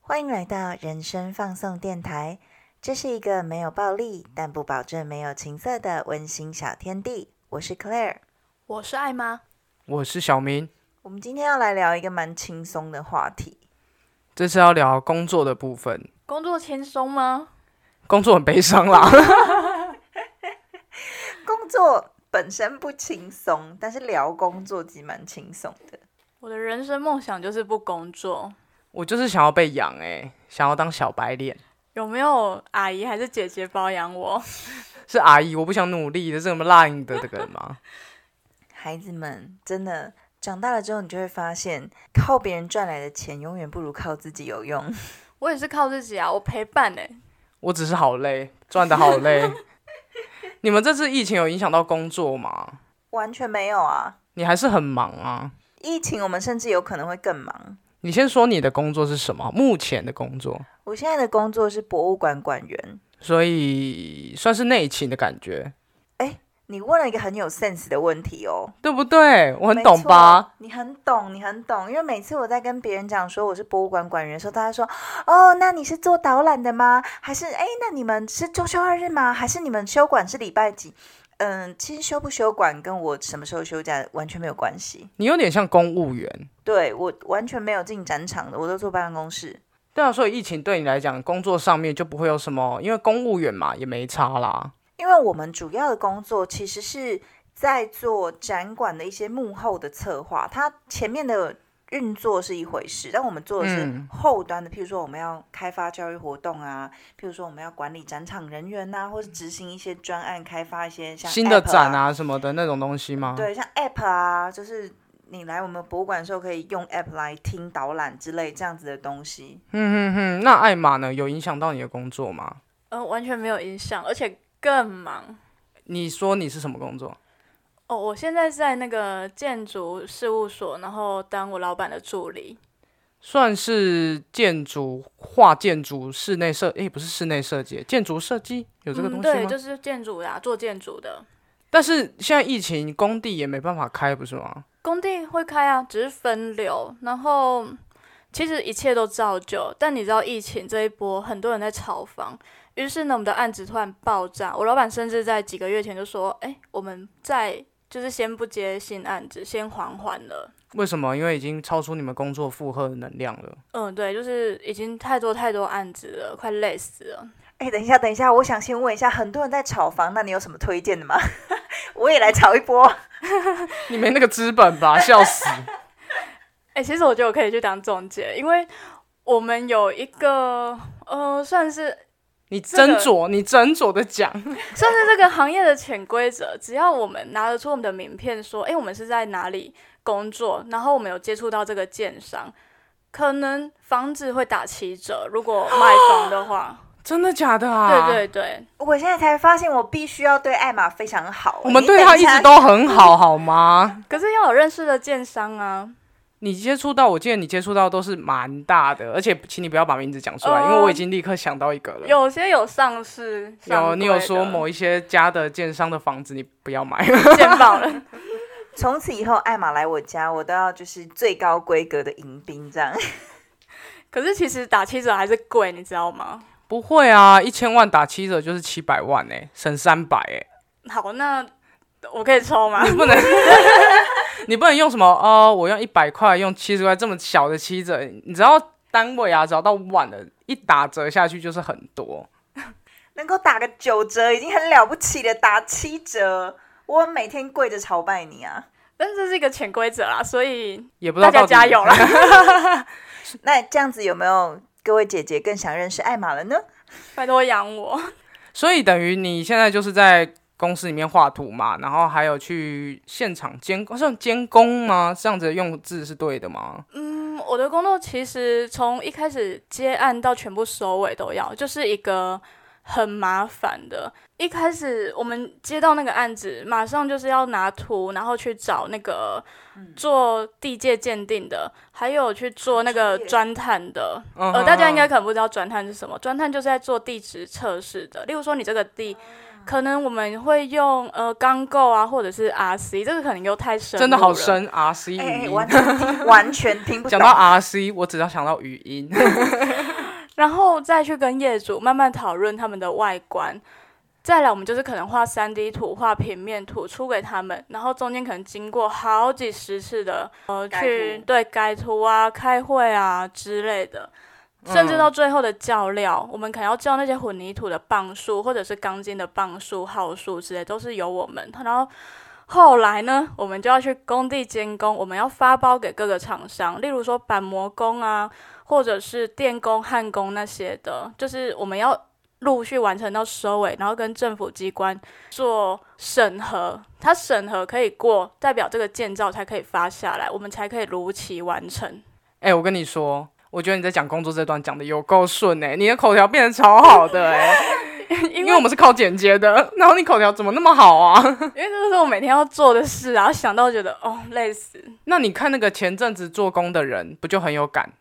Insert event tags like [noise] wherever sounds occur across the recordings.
欢迎来到人生放送电台，这是一个没有暴力，但不保证没有情色的温馨小天地。我是 Claire，我是爱妈，我是小明，我们今天要来聊一个蛮轻松的话题。这次要聊工作的部分。工作轻松吗？工作很悲伤啦， [laughs] 工作本身不轻松，但是聊工作其实蛮轻松的。我的人生梦想就是不工作。我就是想要被养哎、想要当小白脸，有没有阿姨还是姐姐包养我？是阿姨，我不想努力的这么烂的这个人吗？孩子们，真的长大了之后，你就会发现，靠别人赚来的钱永远不如靠自己有用。我也是靠自己啊，我陪伴哎、我只是好累，赚的好累。 [laughs] 你们这次疫情有影响到工作吗？完全没有啊！你还是很忙啊。疫情我们甚至有可能会更忙。你先说你的工作是什么？目前的工作，我现在的工作是博物馆馆员。所以算是内勤的感觉，你问了一个很有 sense 的问题哦，对不对？我很没懂错吧？？你很懂，你很懂，因为每次我在跟别人讲说我是博物馆馆员的时候，大家说：“哦，那你是做导览的吗？还是哎，那你们是周休二日吗？还是你们休馆是礼拜几？”嗯，其实休不休馆跟我什么时候休假完全没有关系。你有点像公务员。对我完全没有进展场的，我都坐办公室。对啊，所以疫情对你来讲，工作上面就不会有什么，因为公务员嘛也没差啦。因为我们主要的工作其实是在做展馆的一些幕后的策划，它前面的运作是一回事，但我们做的是嗯后端的，譬如说我们要开发教育活动啊，譬如说我们要管理展场人员呐、或是执行一些专案，开发一些像、新的展啊，啊什么的那种东西吗？，对，像 App 啊，就是你来我们博物馆的时候可以用 App 来听导览之类这样子的东西。嗯哼哼。那艾玛呢？有影响到你的工作吗？嗯、完全没有影响，而且更忙你说你是什么工作？哦。我现在在那个建筑事务所，然后当我老板的助理。算是建筑、画建筑、室内设，诶、不是室内设计，建筑设计有这个东嗯，西吗？对，就是建筑的、啊，做建筑的。但是现在疫情，工地也没办法开，不是吗？工地会开啊，只是分流。然后其实一切都照旧，但你知道疫情这一波，很多人在炒房，于是呢，我们的案子突然爆炸。我老板甚至在几个月前就说：“哎，我们在就是先不接新案子，先缓缓了。为什么？因为已经超出你们工作负荷的能量了。”嗯，对，就是已经太多太多案子了，快累死了。哎，等一下，等一下，我想先问一下，很多人在炒房，那你有什么推荐的吗？ [laughs] 我也来炒一波。你没那个资本 [laughs] 吧？笑死！哎、其实我觉得我可以去当中介，因为我们有一个呃，算是你这个斟酌，你斟酌的讲。算是这个行业的潜规则，只要我们拿得出我们的名片，说，诶，我们是在哪里工作，然后我们有接触到这个建商，可能房子会打七折，如果卖房的话，真的假的啊？对对对，我现在才发现，我必须要对艾玛非常好。我们你对等他一下直都很好，好吗？可是要有认识的建商啊， [laughs] 你接触到，我记得你接触到都是蛮大的，而且请你不要把名字讲出来，哦因为我已经立刻想到一个了。有些有上市，上有柜你有说的某一些家的建商的房子你不要 [laughs] 买，健保了，从此以后，艾玛来我家，我都要就是最高规格的迎宾这样。 [laughs] 可是其实打七折还是贵，你知道吗？不会啊，一千万打七折就是七百万哎、省三百哎，好，那我可以抽 [laughs] 吗？不能，你不能用什么呃，我用一百块用七十块这么小的七折，你只要单位啊，只要到万了，一打折下去就是很多。能够打个九折已经很了不起了，打七折，我每天跪着朝拜你啊！但这是一个潜规则啦，所以也不知大道家到加底 [laughs] 油啦！那这样子有没有各位姐姐更想认识艾玛了呢？拜托养我。所以等于你现在就是在公司里面画图嘛，然后还有去现场监工，算监工吗？这样子的用字是对的吗？嗯，我的工作其实从一开始接案到全部收尾都要，就是一个很麻烦的。一开始我们接到那个案子，马上就是要拿图，然后去找那个嗯做地界鉴定的，还有去做那个啊专业钻探的。嗯呃，大家应该哼可能不知道钻探是什么，钻探就是在做地质测试的。例如说，你这个地。啊可能我们会用呃钢构啊，或者是 RC，这个可能又太深，嗯真的好。深，RC 哎、哎语完音。全听完全听不懂。嗯讲到啊 RC，我只要想到语音，然后再去跟业主慢慢讨论他们的外观。再来，我们就是可能画三 D 图、画平面图出给他们，然后中间可能经过好几十次的呃改去图对改图啊、开会啊之类的，甚至到最后的较量，我们可能要叫那些混凝土的磅数或者是钢筋的磅数、号数之类，都是由我们。然后后来呢，我们就要去工地监工，我们要发包给各个厂商，例如说板模工啊，或者是电工、焊工那些的，就是我们要陆续完成到收尾，然后跟政府机关做审核，它审核可以过，代表这个建造才可以发下来，我们才可以如期完 [laughs] 成。哎、我跟你说，我觉得你在讲工作这段讲的有够顺哎、你的口条变得超好的哎、因为我们是靠剪接的，然后你口条怎么那么好啊？ [laughs] 因为这是我每天要做的事啊，想到觉得哦累死，那你看那个前阵子做工的人，不就很有感？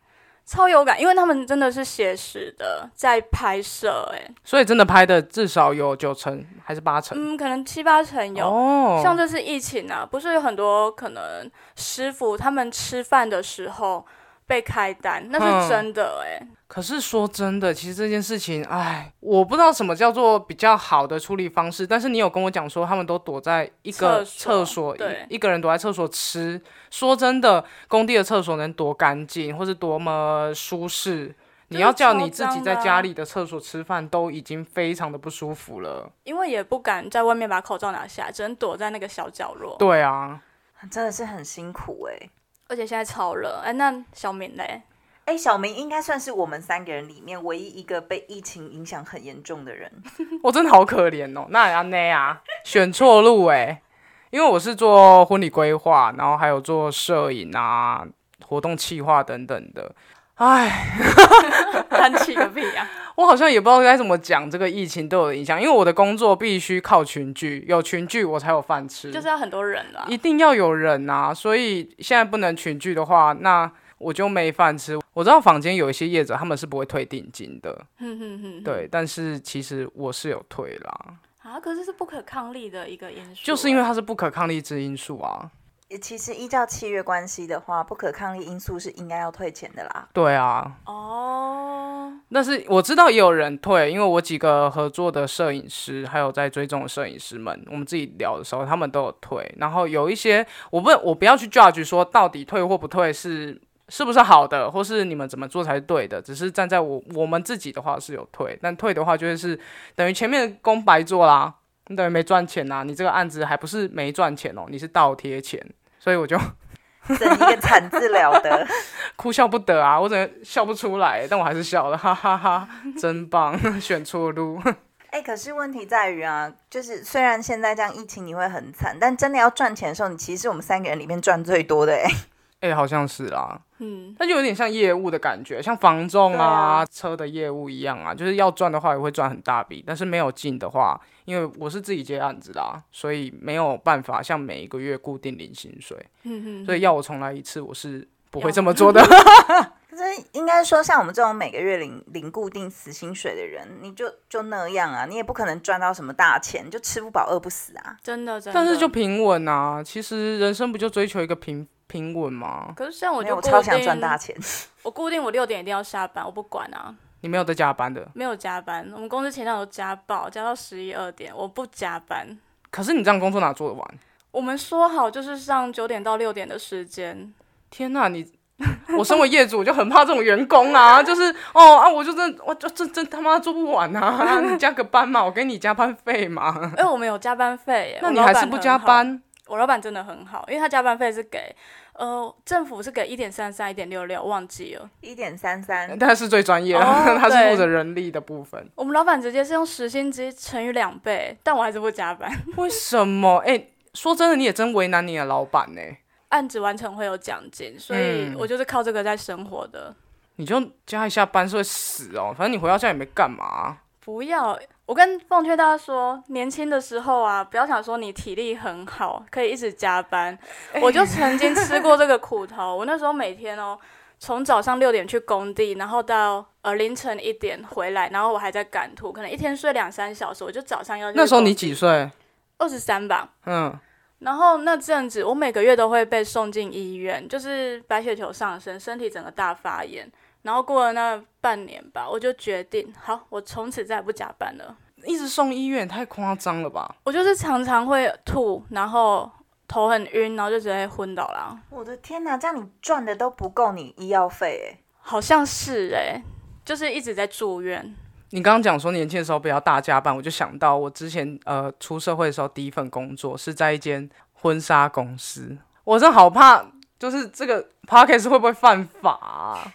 超有感，因为他们真的是写实的在拍摄、欸，所以真的拍的至少有九成还是八成、嗯，可能七八成有。哦，像这次疫情啊，不是有很多可能师傅他们吃饭的时候被开单，那嗯是真的哎、可是说真的，其实这件事情，哎，我不知道什么叫做比较好的处理方式。但是你有跟我讲说，他们都躲在一个厕厕所所，对一一个人躲在厕所吃。说真的，工地的厕所能多干净，或是多么舒适，你要叫你自己在家里的厕所吃饭，都已经非常的不舒服了。因为也不敢在外面把口罩拿下，只能躲在那个小角落。对啊，真的是很辛苦哎、而且现在超热，哎，那小敏嘞？哎、小明应该算是我们三个人里面唯一一个被疫情影响很严重的人。 [laughs] 我真的好可怜哦。那也要那啊，选错路哎、因为我是做婚礼规划，然后还有做摄影啊、活动企划等等的。叹气个屁啊 [laughs] 呀、我好像也不知道该怎么讲这个疫情对我的影响，因为我的工作必须靠群聚，有群聚我才有饭吃，就是啊要很多人啦。嗯一定要有人啊。所以现在不能群聚的话，那我就没饭吃。我知道坊间有一些业者他们是不会退定金的，哼哼哼，对，但是其实我是有退啦，啊，可是是不可抗力的一个因素，啊就是因为它是不可抗力之因素啊。也其实依照契约关系的话，不可抗力因素是应该要退钱的啦。 [laughs] 对啊，哦，但是我知道也有人退，因为我几个合作的摄影师，还有在追踪的摄影师们，我们自己聊的时候，他们都有退。然后有一些，我不我不要去 judge 说到底退或不退是是不是好的，或是你们怎么做才是对的。只是站在我我们自己的话是有退，但退的话就是等于前面的工白做啦，你等于没赚钱啊啦。你这个案子还不是没赚钱哦，你是倒贴钱，所以我就整一个惨字了得。哭笑不得啊，我整个笑不出来，但我还是笑了，哈哈哈真棒， [laughs] 选错路。哎、可是问题在于啊，就是虽然现在这样疫情你会很惨，但真的要赚钱的时候，你其实是我们三个人里面赚最多的哎、哎、好像是啦，嗯，那就有点像业务的感觉，像房仲对啊、啊车的业务一样啊，就是要赚的话也会赚很大笔，但是没有进的话，因为我是自己接案子啦，所以没有办法像每一个月固定领薪水，嗯嗯，所以要我重来一次，我是不会要这么做的。 [laughs] 可是应该说，像我们这种每个月领领固定死薪水的人，你就就那样啊，你也不可能赚到什么大钱，就吃不饱饿不死啊。真的真的， [laughs] 但是就平稳啊，其实人生不就追求一个平平稳吗？可是像我没就有，我固超想赚大定，钱。我固定我六点一定要下班，我不管啊，你没有在加班的，没有加班，我们公司前两都加爆，加到十一二点，我不加班。可是你这样工作哪做得完？我们说好就是上九点到六点的时间，天呐，你我身为业主，我就很怕这种员工啊，就是哦啊，我就真我就真真他妈做不完啊！你加个班嘛，我给你加班费 [laughs] 嘛。哎，我们有加班费耶，嗯那你我老还板是不加很好？班？我老板真的很好，因为他加班费是给，呃，政府是给一点三三、一点六六，忘记了。 [laughs] 一点三三但，他是最专业的，哦 [laughs] 他是对负责人力的部分。我们老板直接是用时薪直接乘以两倍，但我还是不加班。为什么？哎、说真的，你也真为难你的老板呢、案子完成会有奖金，所以嗯我就是靠这个在生活的。你就加一下班是会死哦，反正你回到家也没干嘛、不要，我跟奉劝大家说，年轻的时候啊，不要想说你体力很好，可以一直加班。我就曾经吃过这个苦头，我那时候每天哦，从早上六点去工地，然后到呃凌晨一点回来，然后我还在赶图，可能一天睡两三小时，我就早上要那时候你几岁？二十三吧，嗯，然后那阵子，我每个月都会被送进医院，就是白血球上升，身体整个大发炎。然后过了那半年吧，我就决定，好，我从此再也不加班了。一直送医院太夸张了吧？我就是常常会吐，然后头很晕，然后就直接昏倒啦。我的天哪，这样你赚的都不够你医药费欸诶。好像是诶、就是一直在住院。你刚刚讲说年轻的时候不要大加班，我就想到我之前呃出社会的时候第一份工作是在一间婚纱公司，我真的好怕，就是这个 podcast 会不会犯法、啊？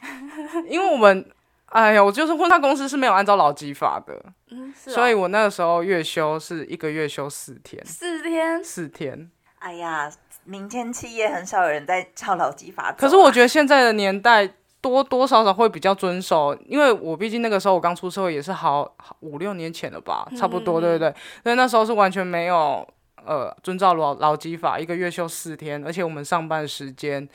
因为我们，哎呀，我就是婚纱公司是没有按照劳基法的，嗯，是、所以我那个时候月休是一个月休四天，四天四天。哎呀，民间企业很少有人在照劳基法、可是我觉得现在的年代。多多少少会比较遵守，因为我毕竟那个时候我刚出社会也是好好五六年前了吧，差不多，对不对？所以那时候是完全没有呃遵照劳劳基法，一个月休四天，而且我们上班时间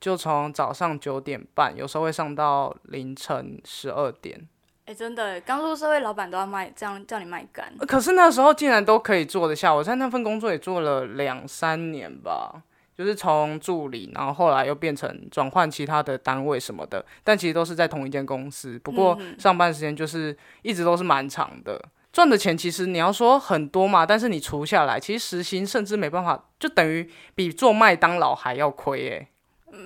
就从早上九点半，有时候会上到凌晨十二点。哎、真的耶，刚出社会，老板都要卖，这样叫你卖干。呃可是那时候竟然都可以做得下，我在那份工作也做了两三年吧，就是从助理，然后后来又变成转换其他的单位什么的，但其实都是在同一间公司，不过上班时间就是一直都是蛮长的。赚的钱其实你要说很多嘛，但是你除下来，其实时薪甚至没办法，就等于比做麦当劳还要亏耶、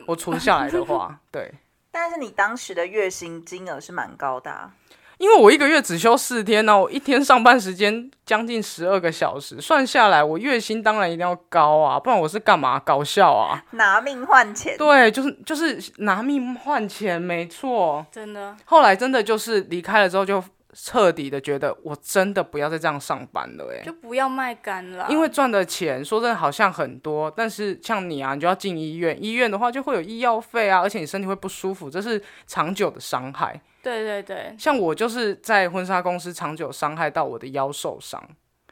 我除下来的话，对，但是你当时的月薪金额是蛮高的、啊，因为我一个月只休四天呢、我一天上班时间将近十二个小时，算下来我月薪当然一定要高啊，不然我是干嘛搞笑啊？拿命换钱。对，就是就是拿命换钱，没错。真的，后来真的就是离开了之后，就彻底的觉得我真的不要再这样上班了、欸，就不要卖干了。因为赚的钱，说真的好像很多，但是像你啊，你就要进医院，医院的话就会有医药费啊，而且你身体会不舒服，这是长久的伤害。对对对，像我就是在婚纱公司长久伤害到我的腰受伤，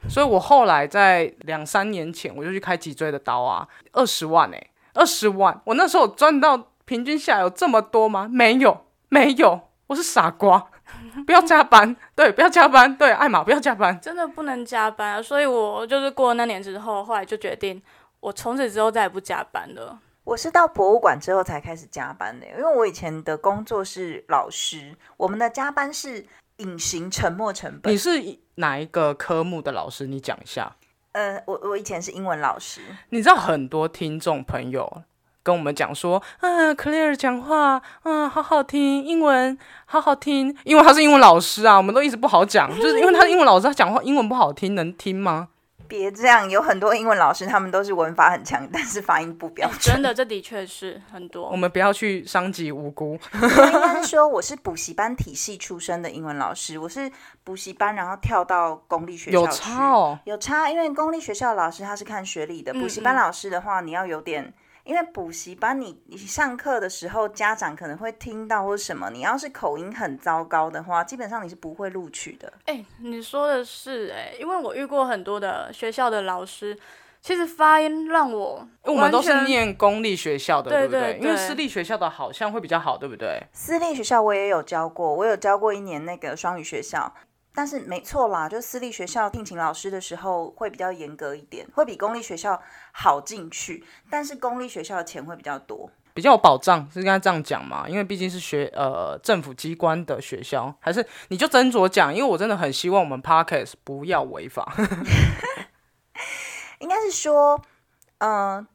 所以我后来在两三年前我就去开脊椎的刀啊，二十万哎、二十万！我那时候赚到平均下来有这么多吗？没有，没有，我是傻瓜。不要加班，对，不要加班，对，艾玛不要加班。真的不能加班、啊，所以我就是过了那年之后，后来就决定，我从此之后再也不加班了。我是到博物馆之后才开始加班的，因为我以前的工作是老师，我们的加班是隐形沉没成你本。是哪一个科目的老师？你讲一下。呃，我我以前是英文老师，你知道很多听众朋友跟我们讲说，啊，Claire 讲话，啊，好好听，英文好好听，因为他是英文老师啊，我们都一直不好讲，就是因为他是英文老师，他讲话英文不好听，能听吗？别这样，有很多英文老师他们都是文法很强，但是发音不标哎准。真的，这的确是很我多。们不要去伤及无 [laughs] 辜。应该说我是补习班体系出身的英文老师，我是补习班然后跳到公立学校有去差哦，有差，因为公立学校老师他是看学历的，补习嗯班老师的话，你要有点，因为补习班你你上课的时候，家长可能会听到或什么，你要是口音很糟糕的话，基本上你是不会录取的。哎、你说的是哎、因为我遇过很多的学校的老师，其实发音让我因为我们都完是全念公立学校的，对不对对？对因为私立学校的好像会比较好，对不对？私立学校我也有教过，我有教过一年那个双语学校。但是没错啦，就私立学校聘请老师的时候会比较严格一点，会比公立学校好进去，但是公立学校的钱会比较多。比较有保障，是应该这样讲嘛？因为毕竟是学呃政府机关的学校，还是你就斟酌讲，因为我真的很希望我们 podcast 不要违法。应该是说，嗯、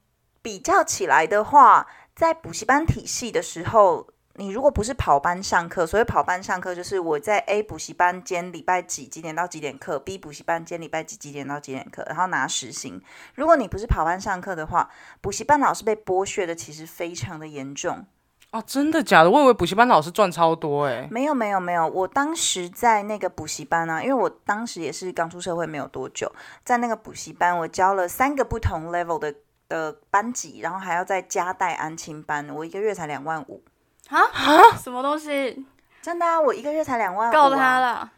比较起来的话，在补习班体系的时候，你如果不是跑班上课，所谓跑班上课就是我在 A 补习班兼礼拜几几点到几点课，B 补习班兼礼拜几几点到几点课，然后拿时薪。如果你不是跑班上课的话，补习班老师被剥削的其实非常的严重。哦，真的假的？我以为补习班老师赚超多哎、没有没有没有，我当时在那个补习班啊，因为我当时也是刚出社会没有多久，在那个补习班，我教了三个不同 level 的的班级，然后还要再加带安亲班，我一个月才两万五，哦啊什么东西真的啊，我一个月才两万五、告他！啦，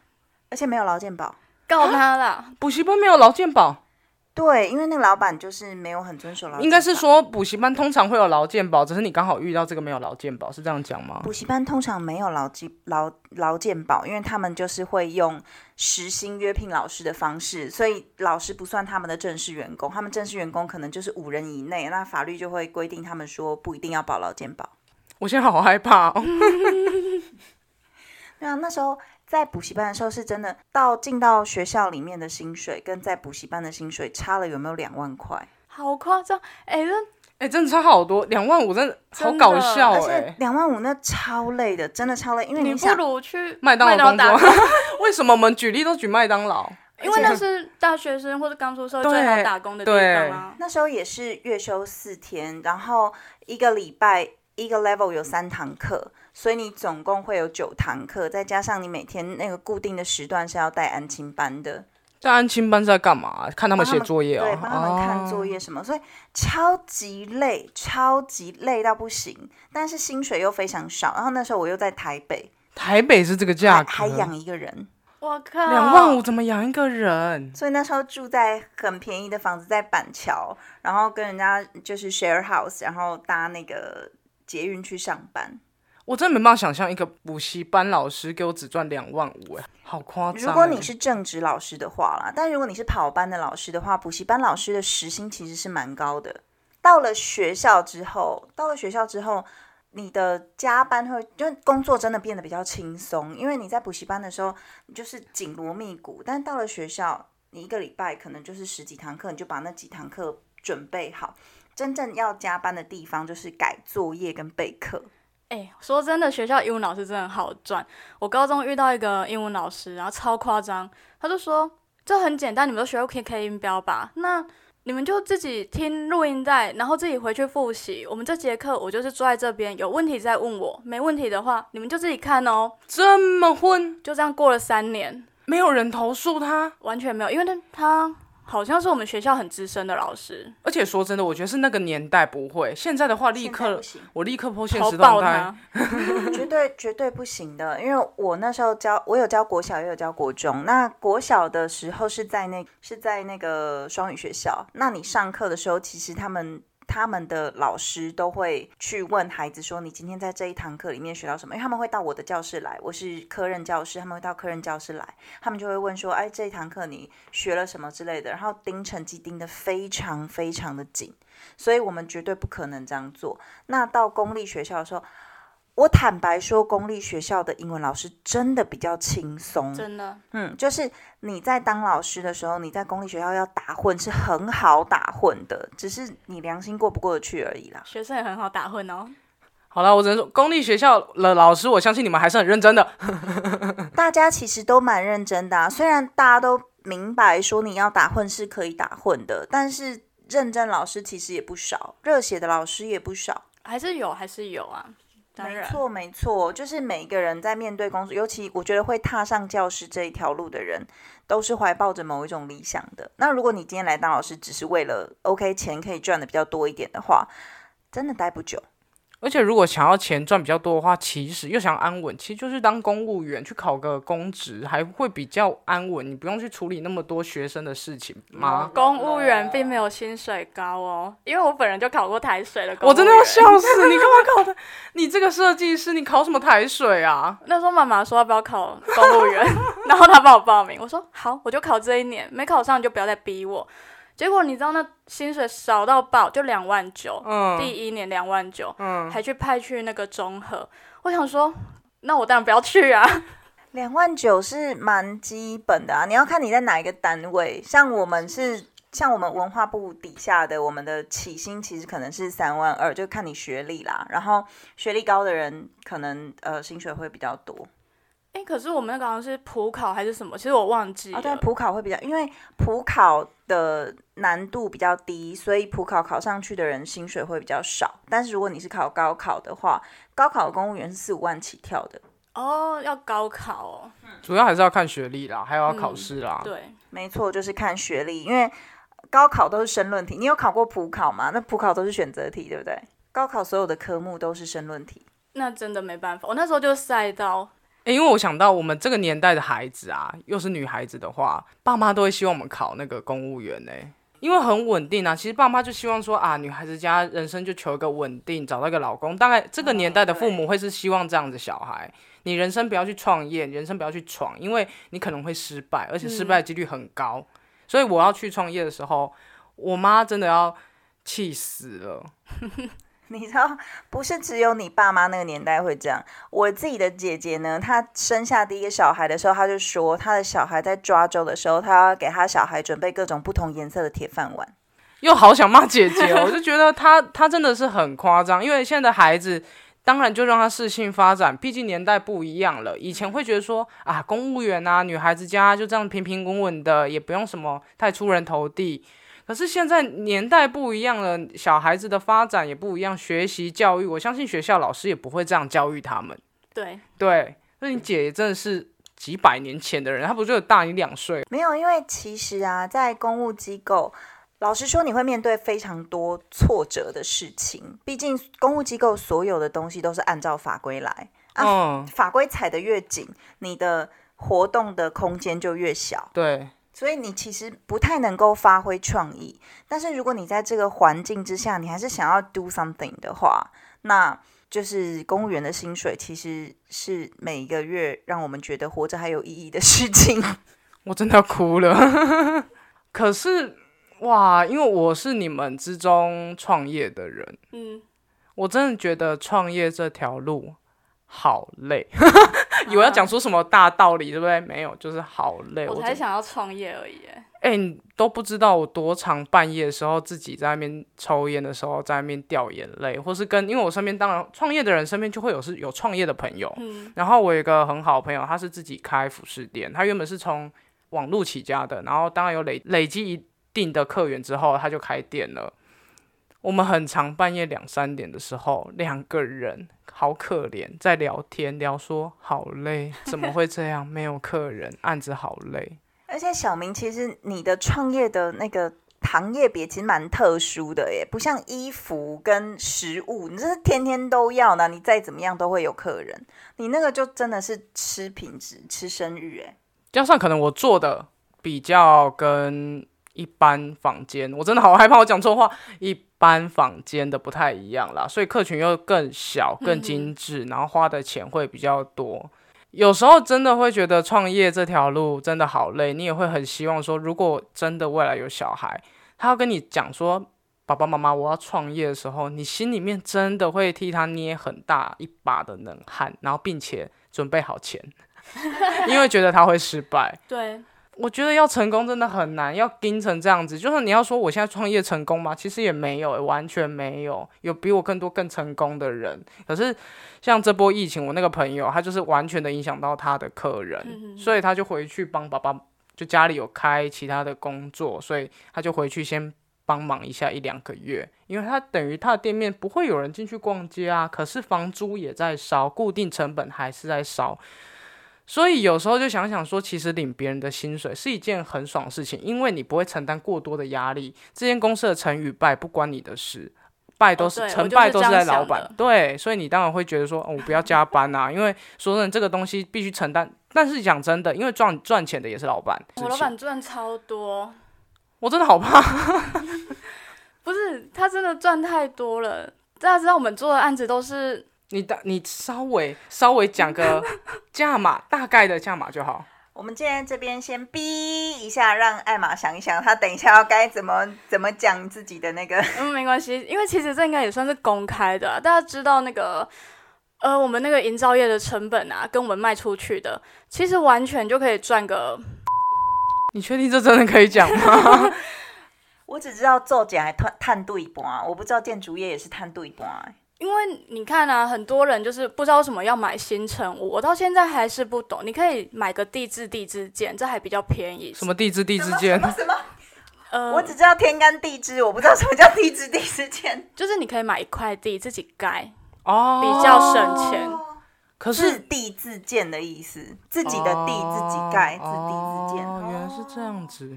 而且没有劳健保。告他啦。补习班没有劳健保，对，因为那个老板就是没有很遵守劳健法，应该是说补习班通常会有劳健保，只是你刚好遇到这个没有劳健保，是这样讲吗？补习班通常没有劳基劳劳健保，因为他们就是会用时薪约聘老师的方式，所以老师不算他们的正式员工，他们正式员工可能就是五人以内，那法律就会规定他们说不一定要保劳健保。我现在好害怕、哦，对啊，那时候在补习班的时候是真的，到进到学校里面的薪水跟在补习班的薪水差了有没有两万块？好夸张！哎、那哎、真的差好多，两万五真的好真的搞笑而哎、且两万五那超累的，真的超累，因为哦你想不如去麦当劳工打作 [laughs] 工，为什么我们举例都举麦当劳？因为那而且是大学生或者刚出社会对最好打工的地方啊。那时候也是月休四天，然后一个礼拜一个 level 有三堂课，所以你总共会有九堂课，再加上你每天那个固定的时段是要带安亲班的，在安亲班是在干嘛？看他帮们他写们作业哦，对，帮他们看作业。业什么，所以超级累，超级累到不行，但是薪水又非常少。然后那时候我又在台北，台北是这个还价格，还养一个人，我靠，两万五，怎么养一个人？所以那时候住在很便宜的房子，在板桥，然后跟人家就是 share house，然后搭那个捷运去上班。我真的没办法想象一个补习班老师给我只赚两万五，哎，好夸张欸。如果你是正职老师的话啦，但如果你是跑班的老师的话，补习班老师的时薪其实是蛮高的。到了学校之后，到了学校之后，你的加班会就工作真的变得比较轻松，因为你在补习班的时候你就是紧锣密鼓，但到了学校，你一个礼拜可能就是十几堂课，你就把那几堂课准备好。真正要加班的地方就是改作业跟备课。哎、说真的，学校英文老师真的好赚。我高中遇到一个英文老师，然后超夸张，他就说这很简单，你们都学过 K K 音标吧？那你们就自己听录音带，然后自己回去复习。我们这节课我就是坐在这边，有问题再问我，没问题的话你们就自己看哦。这么混，就这样过了三年，没有人投诉他。完全没有，因为那他好像是我们学校很资深的老师，而且说真的，我觉得是那个年代不会，现在的话立现在刻不，行。我立刻破现超实动爆态他。。绝对绝对不行的，因为我那时候教，我有教国小，也有教国中。那国小的时候是在那是在那个双语学校，那你上课的时候，其实他们。他们的老师都会去问孩子说：“你今天在这一堂课里面学到什么？”因为他们会到我的教室来，我是科任教师，他们会到科任教室来，他们就会问说：“哎，这一堂课你学了什么之类的？”然后盯成绩盯得非常非常的紧，所以我们绝对不可能这样做。那到公立学校的时候，我坦白说，公立学校的英文老师真的比较轻松。真的，嗯，就是你在当老师的时候，你在公立学校要打混是很好打混的，只是你良心过不过得去而已啦。学生也很好打混哦。好了，我只能说，公立学校的老师，我相信你们还是很认真的。大家其实都蛮认真的、啊，虽然大家都明白说你要打混是可以打混的，但是认真老师其实也不少，热血的老师也不少。还是有，还是有啊，当没然。错，没错，就是每一个人在面对工作，尤其我觉得会踏上教师这一条路的人，都是怀抱着某一种理想的。那如果你今天来当老师，只是为了 OK 钱可以赚的比较多一点的话，真的待不久。而且如果想要钱赚比较多的话，其实又想安稳，其实就是当公务员去考个公职，还会比较安稳，你不用去处理那么多学生的事情吗？公务员并没有薪水高哦，因为我本人就考过台水的哦公务员。我真的要笑死！你干嘛考的？ [laughs] 你这个设计师，你考什么台水啊？那时候妈妈说要不要考公务员， [laughs] 然后她帮我报名，我说好，我就考这一年，没考上你就不要再逼我。结果你知道那薪水少到爆，就两万九、嗯第一年两万九，还去派去那个中和。我想说，那我当然不要去啊。 [laughs] 两万九是蛮基本的啊，你要看你在哪一个单位。像我们是，像我们文化部底下的，我们的起薪其实可能是三万二，就看你学历啦。然后学历高的人，可能呃薪水会比较多。哎、可是我们那个好像是普考还是什么，其实我忘记了。啊哦，对，普考会比较，因为普考的难度比较低，所以普考考上去的人薪水会比较少。但是如果你是考高考的话，高考的公务员是四五万起跳的。哦，要高考哦。主要还是要看学历啦，还有要嗯考试啦。对，没错，就是看学历，因为高考都是申论题。你有考过普考吗？那普考都是选择题，对不对？高考所有的科目都是申论题。那真的没办法，我那时候就赛到。诶欸因为我想到我们这个年代的孩子啊，又是女孩子的话，爸妈都会希望我们考那个公务员呢、欸因为很稳定啊。其实爸妈就希望说啊，女孩子家人生就求一个稳定，找到一个老公。大概这个年代的父母会是希望这样子小孩，你人生不要去创业，人生不要去闯，因为你可能会失败，而且失败的几率很高。所以我要去创业的时候，我妈真的要气死了。 [laughs] 你知道，不是只有你爸妈那个年代会这样。我自己的姐姐呢，她生下第一个小孩的时候，她就说，她的小孩在抓周的时候，她要给她小孩准备各种不同颜色的铁饭碗。又好想骂姐姐哦，我 [laughs] 就觉得她她真的是很夸张，因为现在的孩子。当然，就让她适性发展，毕竟年代不一样了。以前会觉得说啊，公务员啊，女孩子家就这样平平稳稳的，也不用什么太出人头地。可是现在年代不一样了，小孩子的发展也不一样，学习教育，我相信学校老师也不会这样教育他们。对，对，所以你姐真的是几百年前的人，她不就大你两岁？没有，因为其实啊，在公务机构，老实说，你会面对非常多挫折的事情。毕竟公务机构所有的东西都是按照法规来，嗯，法规踩得越紧，你的活动的空间就越小。对，所以你其实不太能够发挥创意，但是如果你在这个环境之下，你还是想要 do something 的话，那就是公务员的薪水其实是每一个月让我们觉得活着还有意义的事情。 [laughs] 我真的要哭了。 [laughs] 可是哇，因为我是你们之中创业的人，嗯，我真的觉得创业这条路好累。 [laughs] 以为要讲出什么大道理，对不对？没有，就是好累。我我才真想要创业而已耶。哎、你都不知道我多常半夜的时候自己在那边抽烟的时候，在那边掉眼泪，或是跟因为我身边当然创业的人身边就会有是有创业的朋友，嗯，然后我有一个很好的朋友，他是自己开服饰店，他原本是从网络起家的，然后当然有累累积一定的客源之后，他就开店了。我们很常半夜两三点的时候，两个人好可怜，在聊天聊说好累，怎么会这样？没有客人，案子好累。而且小明，其实你的创业的那个行业别其实蛮特殊的耶，不像衣服跟食物，你这是天天都要呢，你再怎么样都会有客人，你那个就真的是吃品质、吃声誉哎。加上可能我做的比较跟一般房间，我真的好害怕我讲错话，一般房间的不太一样啦，所以客群又更小、更精致，然后花的钱会比较多。有时候真的会觉得创业这条路真的好累，你也会很希望说，如果真的未来有小孩，他要跟你讲说。爸爸妈妈，我要创业的时候，你心里面真的会替他捏很大一把的冷汗，然后并且准备好钱，因为觉得他会失败。对，我觉得要成功真的很难，要盯成这样子。就是你要说我现在创业成功吗？其实也没有、欸完全没有。有比我更多更成功的人，可是像这波疫情，我那个朋友他就是完全的影响到他的客人，嗯所以他就回去帮爸爸，就家里有开其他的工作，所以他就回去先帮忙一下一两个月，因为他等于他的店面不会有人进去逛街啊，可是房租也在烧，固定成本还是在烧。所以有时候就想想说，其实领别人的薪水是一件很爽的事情，因为你不会承担过多的压力。这间公司的成与败不关你的事，败都是、哦对我成就是败都是这样在老想板的。对，所以你当然会觉得说，哦、我不要加班啊，因为说真的，这个东西必须承担。但是讲真的，因为赚赚钱的也是老板，我老板赚超多，我真的好怕。 [laughs] 不是他真的赚太多了。大家知道我们做的案子都是 [laughs] 你大你稍微稍微讲个价码，大概的价码就好。我们今天这边先逼一下，让艾玛想一想，她等一下要该怎么怎么讲自己的那个。 [laughs] 嗯，没关系，因为其实这应该也算是公开的啊、大家知道那个，呃，我们那个营造业的成本啊，跟我们卖出去的，其实完全就可以赚个，你确定这真的可以讲吗？ [laughs] 我只知道做姐还探探对半，我不知道建筑业也是探对半。啊因为你看啊，很多人就是不知道为什么要买新城屋，我到现在还是不懂。你可以买个地质地质间，这还比较便宜。什么地之地之间什？么什么？呃，我只知道天干地支，我不知道什么叫地支地支间。就是你可以买一块地自己盖，哦，比较 [laughs] 省钱。可自是地自建的意思，自己的地自己盖，自地自建。哦，原来是这样子。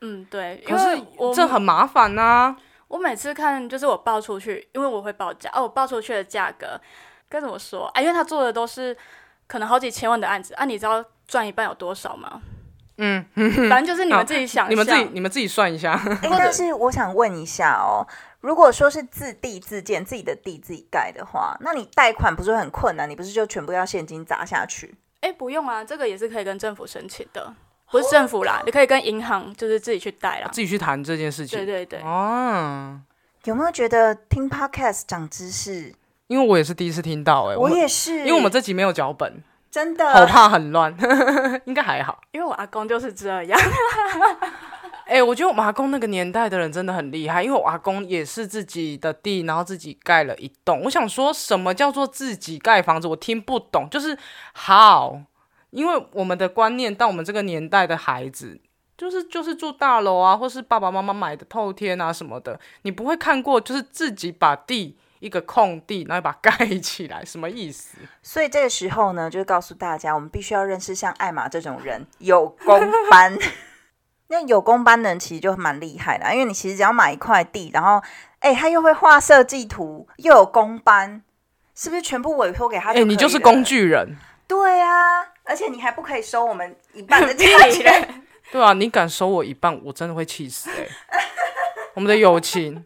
嗯，对，因可为是我这很麻烦呐、我每次看就是我报出去，因为我会报价哦，我报出去的价格该怎么说啊？因为他做的都是可能好几千万的案子啊，你知道赚一半有多少吗？嗯，反正就是 [laughs] 你们自己想象，你们自己你们自己算一下，哎，但是我想问一下哦，如果说是自地自建，自己的地自己盖的话，那你贷款不是会很困难？你不是就全部要现金砸下去？哎、不用啊，这个也是可以跟政府申请的，不是政府啦，你可以跟银行就是自己去贷啦。哦自己去谈这件事情。对对对，哦，有没有觉得听 podcast 长知识？因为我也是第一次听到、哎，我们也是，因为我们这集没有脚本，真 [laughs] 好的怕很乱，应该还好。因为我阿公就是这样，哎、我觉得我们阿公那个年代的人真的很厉害，因为我阿公也是自己的地，然后自己盖了一栋。我想说什么叫做自己盖房子，我听不懂，就是好，因为我们的观念到我们这个年代的孩子。就是就是住大楼啊，或是爸爸妈妈买的透天啊什么的，你不会看过，就是自己把地一个空地，然后把它盖起来，什么意思？所以这个时候呢，就告诉大家，我们必须要认识像艾玛这种人，有工班。 [laughs] 那有工班的人其实就蛮厉害的啊，因为你其实只要买一块地，然后哎，他又会画设计图，又有工班，是不是全部委托给他哎、就可以了？你就是工具人，对啊，而且你还不可以收我们一半 [laughs] 的价钱。对啊，你敢收我一半，我真的会气死哎、我们的友情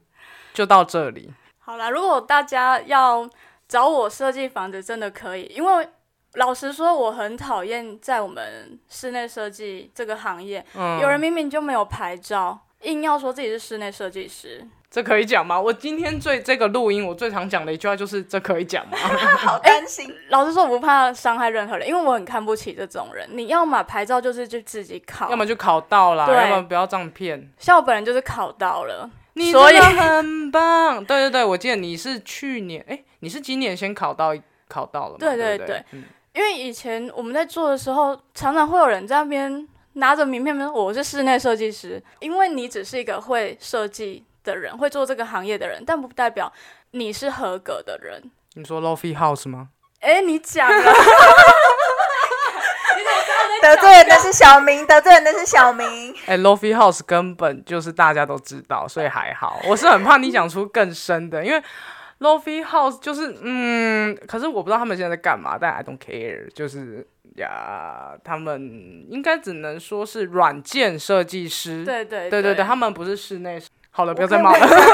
就到这里。好啦，如果大家要找我设计房子，真的可以，因为老实说，我很讨厌在我们室内设计这个行业，嗯，有人明明就没有牌照，硬要说自己是室内设计师。这可以讲吗？我今天最这个录音，我最常讲的一句话就是这可以讲 [laughs] 吗？好担心。哎老实说，我不怕伤害任何人，因为我很看不起这种人。你要嘛牌照就是就自己考，要么就考到啦，对要么不要这样骗。像我本人就是考到了，你所真以的很棒，对对对，我记得你是去年，哎、你是今年先考到考到了嘛？对对对不对嗯因为以前我们在做的时候，常常会有人在那边拿着名片说我是室内设计师，因为你只是一个会设计的人，会做这个行业的人，但不代表你是合格的人。你说 lofi house 吗？哎， [laughs] 你讲了，得罪人的是小明，得罪人的是小明。哎、l o f i house 根本就是大家都知道，所以还好。我是很怕你讲出更深的，因为 lofi house 就是嗯，可是我不知道他们现在在干嘛，但 I don't care，就是呀，他们应该只能说是软件设计师，对对对对对，他们不是室内。好了，不要再骂我可以了。问一下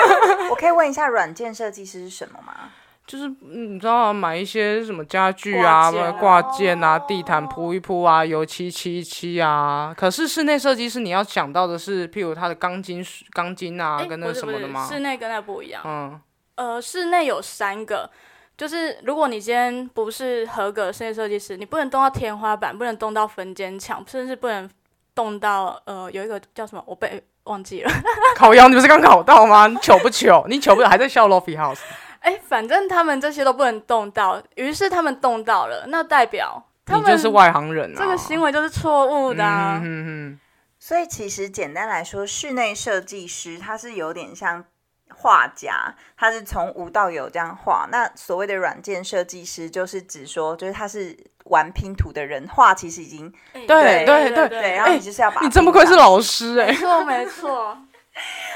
我可以问一下，软件设计师是什么吗？就是嗯你知道、啊、买一些什么家具挂啊、件啊挂件啊、地毯铺一铺啊、油漆漆一漆啊。可是室内设计师你要想到的是，譬如它的钢筋、钢筋啊，哎跟那不是什不么的是吗？室内跟那不一样。嗯，呃，室内有三个，就是如果你今天不是合格的室内设计师，你不能动到天花板，不能动到分间墙，甚至不能动到呃有一个叫什么，我被忘记了。 [laughs] 烤羊，你不是刚考到吗？你糗不糗？你糗不糗？还在笑 [laughs] Lofi House？哎，反正他们这些都不能动到，于是他们动到了，那代表他你们就是外行人啊！这个行为就是错误的、啊。嗯嗯所以其实简单来说，室内设计师他是有点像画家，他是从无到有这样画。那所谓的软件设计师，就是指说，就是他是玩拼图的人，画其实已经哎嗯对对对对，然后你就是要把、嗯，你真不愧是。老师哎、没错没错。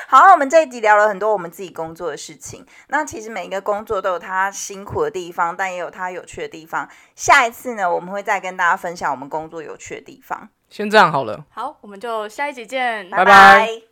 好，我们这一集聊了很多我们自己工作的事情。那其实每一个工作都有它辛苦的地方，但也有它有趣的地方。下一次呢，我们会再跟大家分享我们工作有趣的地方。先这样好了。好，我们就下一集见，拜拜拜